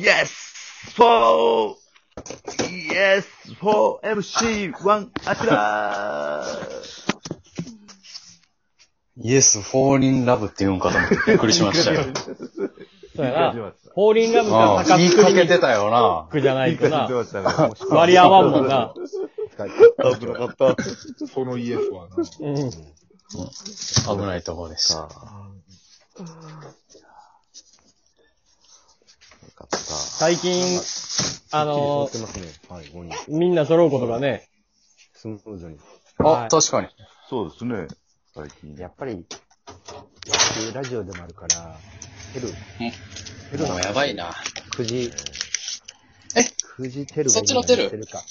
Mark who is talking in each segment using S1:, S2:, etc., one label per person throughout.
S1: Yes for Yes for MC1 アキラ
S2: イエス、フォーリンラブって言うんかと思ってびっくりしましたよ。
S3: そうやな。ホーリンラブが
S2: うん
S3: 高
S2: 言い
S3: っ
S2: か
S3: く
S2: け
S3: り
S2: てたよな。
S3: じゃないとな。
S4: ましたから。
S3: 割り合わんもんな。
S1: 危なかった。
S4: そのイエスはな。
S3: うん。
S2: 危ないところでした。
S3: 最近、あの
S4: っ、てますね。はい、5人。
S3: みんな揃うことがね、
S4: スムーズに。
S3: は
S2: あ、
S3: い
S2: 確かに。
S1: そうですね。最近。
S4: やっぱり、野球ラジオでもあるから、テル、
S2: もうやばいな。
S4: くじ、
S2: え
S4: くじテルが今
S2: そっちのテル
S4: やってるか。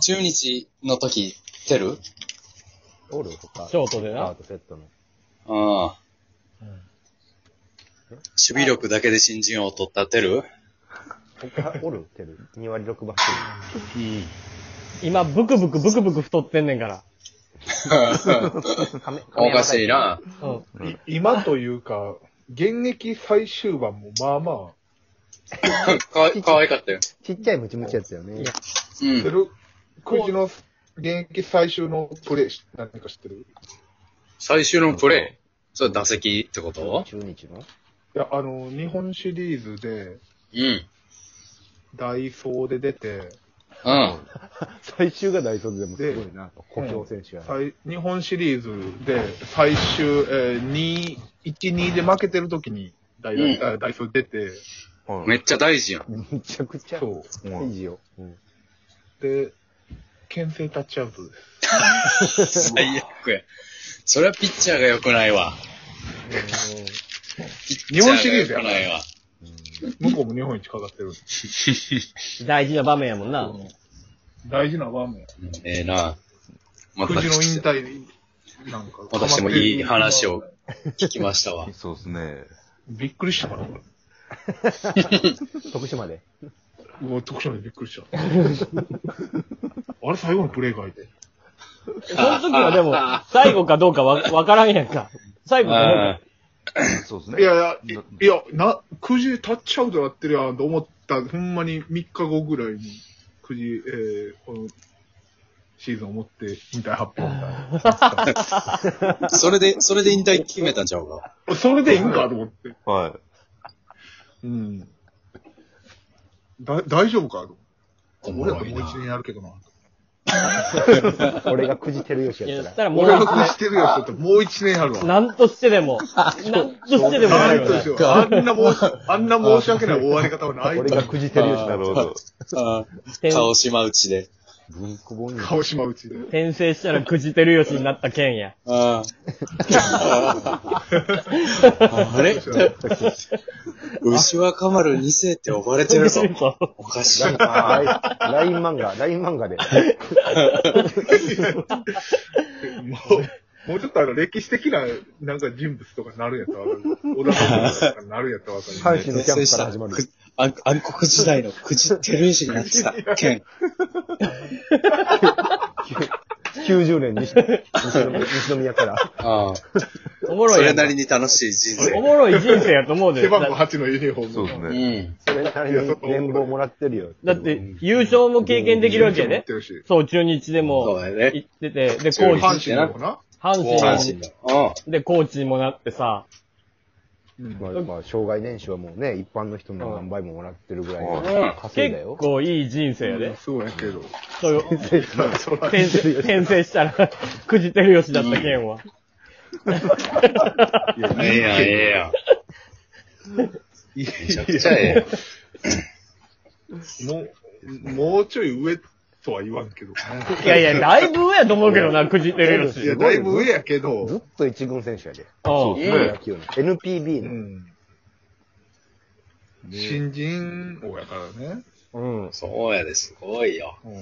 S2: 中日の時、テルうん。
S4: オールとか、
S3: ショートで
S4: カー
S3: な。
S4: トセットの。
S2: 守備力だけで新人王を取ったテル
S4: 他、オールテル ?2 割6分8
S3: 今、ブクブクブクブク太ってんねんから。
S4: 厘。カメ、
S2: おかしいな。
S3: うん。
S5: い今というか、現役最終盤もまあま
S2: かわいかわいかったよ。
S4: ちっちゃいムチムチやつだよね。
S2: う
S5: あ、て
S2: ん。
S5: る。くじの現役最終のプレイ、何か知ってるい
S2: 最終のプレイ。それ打席ってこと
S4: 中日の
S5: や、あの、日本シリーズで、
S2: うん。
S5: ダイソーで出て、
S2: うん。
S4: 最終が大卒でもすごいな。小京選手やな。
S5: 最日本シリーズで最終、えー、2、1、2で負けてる時にダイ,、
S2: うん
S5: ダイソー出て、
S2: めっちゃ大事やん。
S4: めちゃくちゃ、
S5: そう。
S4: いいよ。うん
S5: で、牽制タッチアウトです。
S2: 最悪や。それはピッチャーが良くないわ。
S5: 日本シリーズ
S2: ピッチャが良く
S5: や
S2: ないわ。
S5: 向こうも日本一かかってる。
S3: 大事な場面やもんな。
S5: 大事な場面。
S2: ええな。ま
S5: くじの引退なんか。
S2: 私もいい話を聞きましたわ。
S1: そうですね。
S5: びっくりしたから、俺
S4: 徳島で。
S5: うわ、徳島でびっくり した。あれ、最後のプレイ外で。
S3: その時はでも、最後かどうかわわからんやんか。最後かどうか。
S1: そうですね。
S5: いやいや、いいや、な、9時タッチアウトなってるやんと思った、ほんまに3日後ぐらいに、9時、えー、この、シーズンを持って引退発表みたい な。
S2: それで、それで引退決めたんちゃうか。
S5: それでいいんかと思って。
S1: はい。
S5: うん。だ、大丈夫かと
S2: おも
S5: 俺だっ
S2: ろ
S5: て
S2: い
S5: もう
S2: な
S5: 一年やるけどな。
S4: 俺がくじてるよし
S3: いや、
S4: や
S3: そ
S4: っ
S3: したたら
S4: ら。
S3: もう
S5: 俺
S3: 一
S5: が屈してるやつだってもう一年やる
S3: 年、
S5: わ。
S3: なんとしてで も、なんとしてでもや
S5: な
S3: るよ
S5: いと
S3: な
S5: しよう。あんな申し、あんな申し訳ない終わり方はない
S4: 俺がくじてるよし
S1: な
S4: や
S1: る
S4: っ
S1: ほど。
S2: あー
S3: 転
S2: 顔島内で。
S4: 文庫本に。
S5: 顔島うちで。
S3: 転生したらくじてるよしになった剣や。
S2: あーあれ牛若丸2世って呼ばれてるぞ。おかしいな。
S4: ライン漫画、ライン漫画で。
S5: もう、もうちょっとあの、歴史的な、なんか人物とかなるやつわかる。小田原とかなるやつわかる。
S4: 阪神のキャンプから始まる。
S2: く暗暗黒時代のくじってる石になってた。剣。
S4: 90年に西宮西宮から。
S2: ああ。
S3: おもろ
S2: そ
S3: いや
S2: れ
S3: ん
S2: なりに楽しい人生。
S3: おもろい人生やと思 うで。
S5: 背番号
S3: だ
S5: 8のユニフォーム。
S1: そうです
S2: う
S1: ね。
S2: ん。
S4: それなりに年俸もらってるよ。
S3: だって、優勝も経験できるわけや
S5: 言っ
S3: ね
S5: て。るし。
S3: そう、中日で
S2: そう
S3: も
S2: だよね。
S3: 行ってて、で、
S2: 中
S3: コ
S2: 日
S3: ー
S5: 阪
S3: チ、
S5: 神の方か
S3: 阪神
S2: 阪神だ。うん。
S3: で、コーチにもなってさ、
S4: まあ、まあ、障害年収はもうね、一般の人の何倍ももらってるぐらいの
S2: うん。
S4: 稼いだ
S3: 結
S4: よ。
S3: 構いい人生や
S5: な。
S3: で。
S5: そうやけど。
S3: そういう
S5: そら
S3: 転生、転生したら、 くじてるよしだった剣は。
S2: ええやん、ええやん。めちゃくちゃえ
S5: もう、もうちょい上とは言わんけど。
S3: いやいや、だいぶ上やと思うけどな、くじてるよし。
S5: いや、だいぶ上やけど。
S4: ずっと一軍選手やで。
S3: うん
S2: え
S1: ね
S2: やん。うん
S4: 野球の。NPB
S5: う
S4: の。
S5: ん。新人王やからね。
S4: うん。
S2: そうやで、すごいよ。
S5: うん。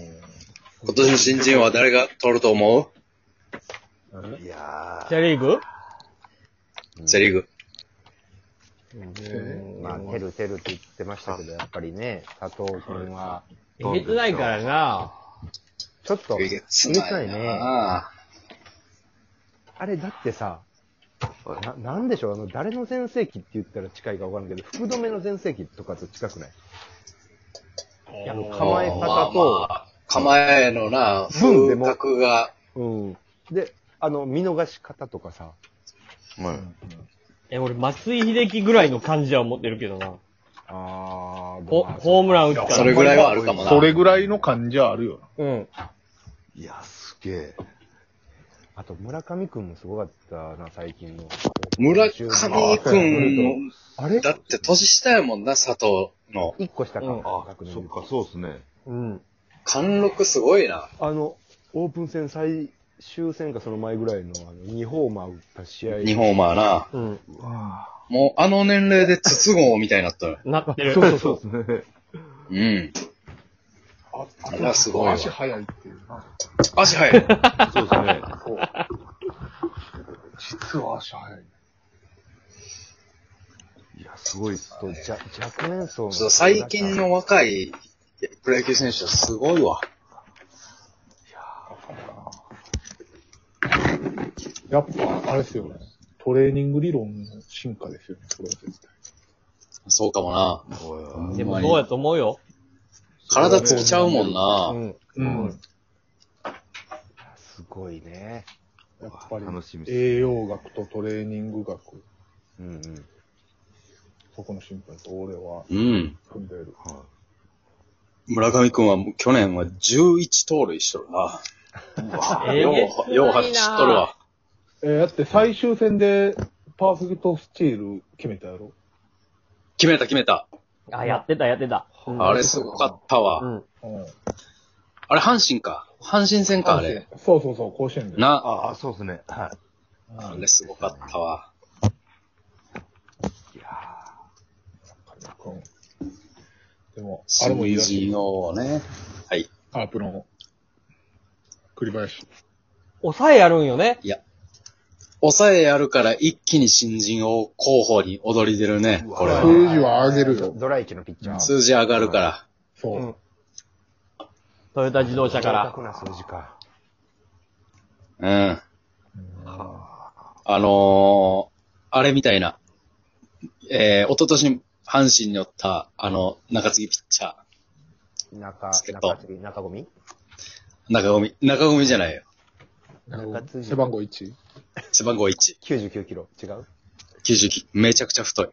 S2: 今年の新人は誰が取ると思う
S1: いや
S3: チャリーグ
S2: セリーグ。
S4: まあ、てるてるって言ってましたけど、やっぱりね、佐藤君は、
S3: えげつないからな。
S4: ちょっと、
S2: えげつない
S4: えげつないね
S2: なあ
S4: あれだってさ、
S1: はい
S4: ななんでしょうあの、誰の全盛期って言ったら近いか分からんけど、福留の全盛期とかと近くない
S5: い
S4: やもう
S5: 構
S4: 構
S5: え
S4: え
S5: た
S4: 方
S5: か
S4: と
S5: と。
S2: 構えのな、
S4: 文
S2: 風
S4: でも
S2: 格が、
S4: うん。で、あの、見逃し方とかさ、
S1: はい。
S3: え、俺、松井秀喜ぐらいの感じは持ってるけどな。
S4: あー、
S3: ホ
S4: まあ
S3: ホームラン打ったら。
S2: それぐらいはあるかもな。
S5: それぐらいの感じはあるよ
S4: うん。
S1: いや、すげえ。
S4: あと、村上くんもすごかったな、最近の。
S2: 村上くんも、
S4: あれ
S2: だって年下やもんな、佐藤の。
S4: 一個下か、
S3: うん
S1: あ
S4: 学、年
S1: そっか、そうっすね。
S4: うん。
S2: 貫禄すごいな。
S4: あの、オープン戦最終戦かその前ぐらいの、あの、2ホーマー打った試合。
S2: 日本まあな。
S4: うん。
S2: もうあの年齢で筒香みたいになったよ。
S3: なってる。
S4: そうそうそう。
S1: そうですね。
S2: うん。
S5: あ
S2: あれはすごいわ
S5: 足速いっていうな。
S2: 足速い。
S1: そうですね。
S5: そう。実は足速い。
S1: いや、すごいっす。
S4: そう、じゃ若年層の。
S2: そう最近の若いプロ野球選手はすごいわ。
S5: やっぱ、あれですよね。トレーニング理論の進化ですよね、それは絶対。
S2: そうかもな。
S1: お
S3: でもそうやと思うよ。
S2: 体つきちゃうもん
S4: う
S2: な。
S4: ん。
S5: うん。
S4: すごいね。
S5: やっぱり
S1: 楽しみっ、す
S5: 栄養学とトレーニング学、
S4: うんうん。
S5: そこの進歩と俺は
S2: うん。
S5: 踏んでる。
S1: は
S2: 村上くんはもう去年は11盗塁しとるな。
S3: え
S2: よ
S3: げつ
S2: う、よう走っとるわ。
S5: えーだって最終戦でパーフェクトスチール決めたやろ
S2: 決めた決めた。
S3: あ、やってた、やってた。うん
S2: あれすごかった
S3: う
S2: わ。
S3: ん。
S5: うん。
S2: あれ阪神か。阪神戦か、あれ。
S5: そうそうそう、甲子園で。
S1: い。
S2: な、
S1: ああ、そうっすね。は
S2: あれすごかったわ。
S1: い。いや
S5: うんでも、あれもいいらしい
S2: CG
S5: よ。
S2: のね。はい。
S5: アープの栗林。
S3: 抑えやるんよね。
S2: 抑えやるから一気に新人を候補に踊り出るね、これ
S1: う
S2: は。
S5: 数字は上げる
S4: ド
S5: よ。
S4: ドライキのピッチャー。
S2: 数字上がるから。
S5: そう。
S3: うんトヨタ自動車か
S4: 贅
S3: ら。
S4: 沢な数字か。
S2: うん。あのー、あれみたいな。えー、一昨年阪神におった、あの、中継ぎピッチャー。
S4: 中、
S2: チケット
S4: 中継ぎ、中込み
S2: 中込、中込じゃないよ。
S4: 中継ぎ
S5: 背番号1。
S2: 背番号1。
S4: ?99 キロ。違う
S2: 90めちゃくちゃ 太い。キ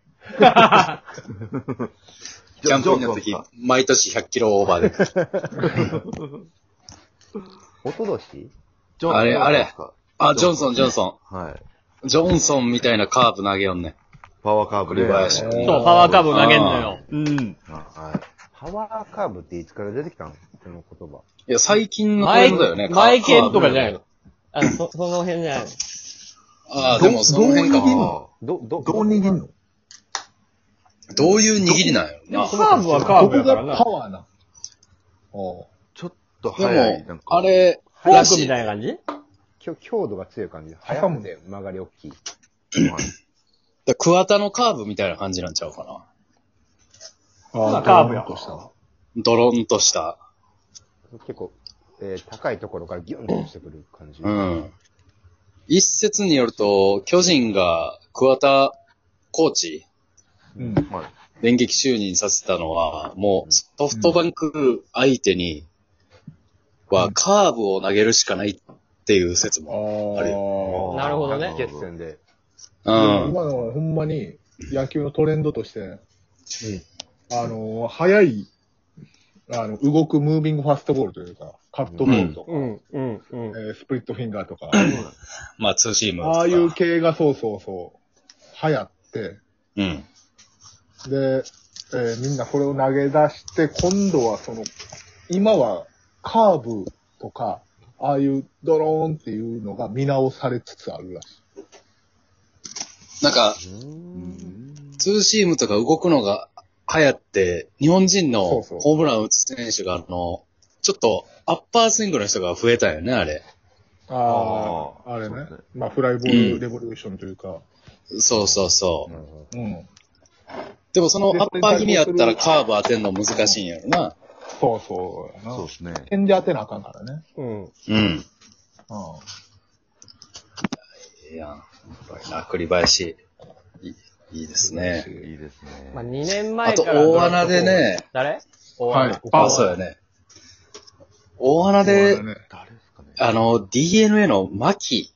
S1: じゃあ
S2: ャンプインの時、毎年100キロオーバーで。
S4: おととし
S1: ジョンソン
S2: あれあれあ、ジョンソン、ジョンソ
S1: はい。
S2: ン。ジョンソンみたいなカーブ投げよんね。
S1: パワーカーブで。
S2: 栗林
S1: は
S3: そ、
S1: いう
S3: パワーカーブ投げんのよ。うん。
S1: は
S4: パワーカーブっていつから出てきたのこの言葉。
S2: いや、最近のトレ
S3: 前、
S2: ンドだよね。
S3: 前
S2: カー
S3: 剣
S2: ブ
S3: とかじゃないの。あの、そ、その辺じゃないの。
S2: ああ、でもその辺
S1: い。
S2: か。
S1: あ
S4: ど、
S5: ど
S4: ど、
S5: う握るの
S2: どういう握りなんやろ
S3: で
S2: な
S3: も。カーブはカー
S5: こ
S3: ブ
S5: こ
S3: やか
S5: が
S3: らな
S5: パ。ワーな。おう
S1: ちょっと早い。
S2: で
S1: なん
S2: も、
S1: か
S2: あれ、
S3: フォ
S2: ら
S3: ーク
S2: し
S3: み
S2: い。
S3: たいな感じ
S4: 強強度が強い感じ。
S5: 挟
S4: 速
S5: む
S4: くて曲がり大きい。
S1: はい
S2: 桑田のカーブみたいな感じなんちゃうかな。
S5: あ
S3: カーブや
S5: ドロンとしたわ
S2: ドロンとした。
S4: 結構、えー高いところからギュンと落ちてくる感じ。
S2: うん。一説によると、巨人が桑田コーチ、
S5: うん。
S1: はい。
S2: 電撃就任させたのは、もうソフトバンク相手にはカーブを投げるしかないっていう説も。
S5: あ
S2: あれ
S5: あ。
S3: なるほどね
S4: 決戦で。
S2: う
S5: うん
S2: ん。
S5: 今のはほんまに野球のトレンドとして、あの、速い、あの、動くムービングファストボールというか、カットボールとか、
S3: うん、うん、うん。
S5: えースプリットフィンガーとか、
S2: まあ、ツーシームとか。
S5: ああいう系がそうそうそう、流行って、
S2: うん。
S5: で、えーみんなこれを投げ出して、今度はその、今はカーブとか、ああいうドローンっていうのが見直されつつあるらしい。
S2: なんか、
S1: うん
S2: ツーシームとか動くのが流行って、日本人
S5: そ
S2: の
S5: うそう
S2: ホームラン打つ選手が、あの、ちょっとアッパースイングの人が増えたよね、あれ。
S5: ああ、
S1: あー
S5: あれ
S1: そう
S5: ね
S1: ですね。
S5: まあ、フライボールレボリューションというか、
S2: そうそうそう。
S5: うん。
S2: でもそのアッパー気味やったらカーブ当てんの難しいんやろな。
S5: そうそうやな。
S1: そうですね。
S5: 点で当てなあかんからね。
S3: うん。
S2: うん。
S5: う
S2: いやん。な、栗林。いいいいですね。
S1: いいですね。
S3: まあ、2年
S2: あ
S3: 前
S2: と、
S3: から。
S2: 大穴で。ね、
S3: 誰大
S5: は
S3: 穴。
S5: い。
S2: あ、そうやね。大穴で、
S5: ね
S1: 誰ですかね。
S2: あの、DNA の牧。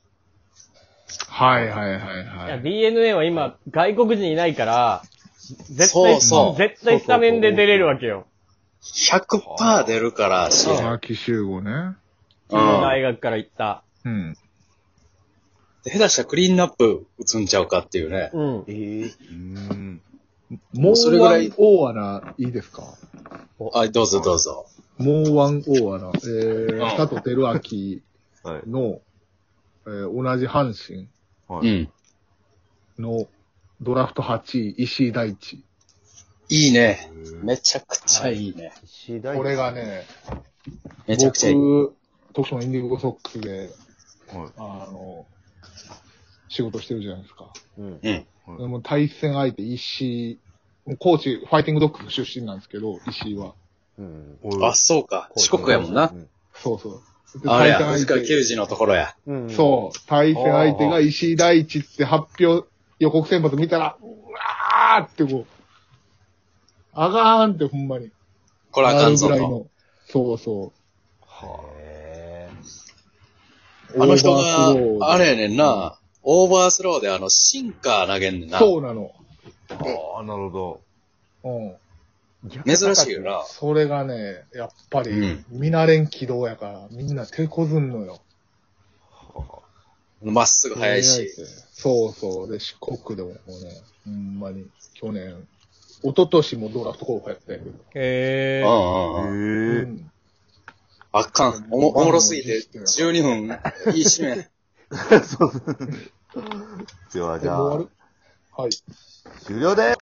S5: はいはい
S3: い
S5: はいは
S3: や、
S5: い。
S3: DNA は今、外国人いないから、絶
S2: そう
S3: 対、
S2: そう
S3: 絶対スタメンで出れるわけよ。
S2: 100%出るから、し、
S3: そう
S5: マーキ集合ね。
S2: う
S3: 大
S2: ん。
S3: 学から行った。
S5: うん。
S2: 下手したらクリーンナップ打つんちゃうかっていうね。
S3: うん。
S4: えー、
S1: うん。
S5: もう
S2: それぐらい
S5: ワンオーアナ、いいですか
S2: はい、どうぞどうぞ。
S5: もうワンオーアナ。え
S2: うん
S5: ー、佐藤輝
S1: はい。
S5: 明の、えー、同じ阪神
S1: は
S2: う
S1: い。
S2: ん。
S5: のドラフト8位、石井大地。
S2: いいね。
S1: うん
S2: めちゃくちゃいいね。
S4: 石井大
S5: これがね、
S2: めちゃくちゃいい。
S5: 僕、徳島インディゴソックスで、
S1: はい。
S5: あの、仕事してるじゃないですか。
S4: う
S2: う
S4: ん。
S2: ん。
S5: でも対戦相手、石井、高知、ファイティングドッグス出身なんですけど、石井は。
S4: うん。
S1: お
S2: あ、そうか。四国やもんな
S4: う。ん。
S5: そうそう。で
S2: あれや、
S5: 対
S2: 藤
S5: 戦相
S2: 川
S5: 手
S2: 球児のところや。
S4: うん
S5: そう。対戦相手が石井大地って発表、予告先発見たら、うわーってこう、あがーんってほんまに。
S2: これあかんぞ
S5: なるぐ
S2: と。
S5: らいの。そうそ
S4: へ
S5: う。
S2: あの人
S5: オーバースローで
S2: が、あれやねんな、オーバースローであの、シンカー投げんねんな。
S5: そうなの。
S1: ああ、なるほ ど。
S5: うん。
S4: ー
S2: 珍しいよな。
S5: それがね、やっぱ
S2: う
S5: り
S2: ん、
S5: 見慣れん軌道やから、みんな手こずんのよ。
S2: まっすぐ速いし。
S5: そうそう。で、四国でもね、ほんまに、去年、一昨年もドラフト候補やったんやけど。
S2: う
S3: へ
S2: ん
S3: ー。
S2: うんうん。
S5: う
S1: ええ。
S5: ん
S2: あっかん。おもおもろすぎて、12分、いい締め。
S1: では、
S5: え
S1: じゃ
S5: もう終わ
S1: あ
S5: る、はい。
S1: 終了です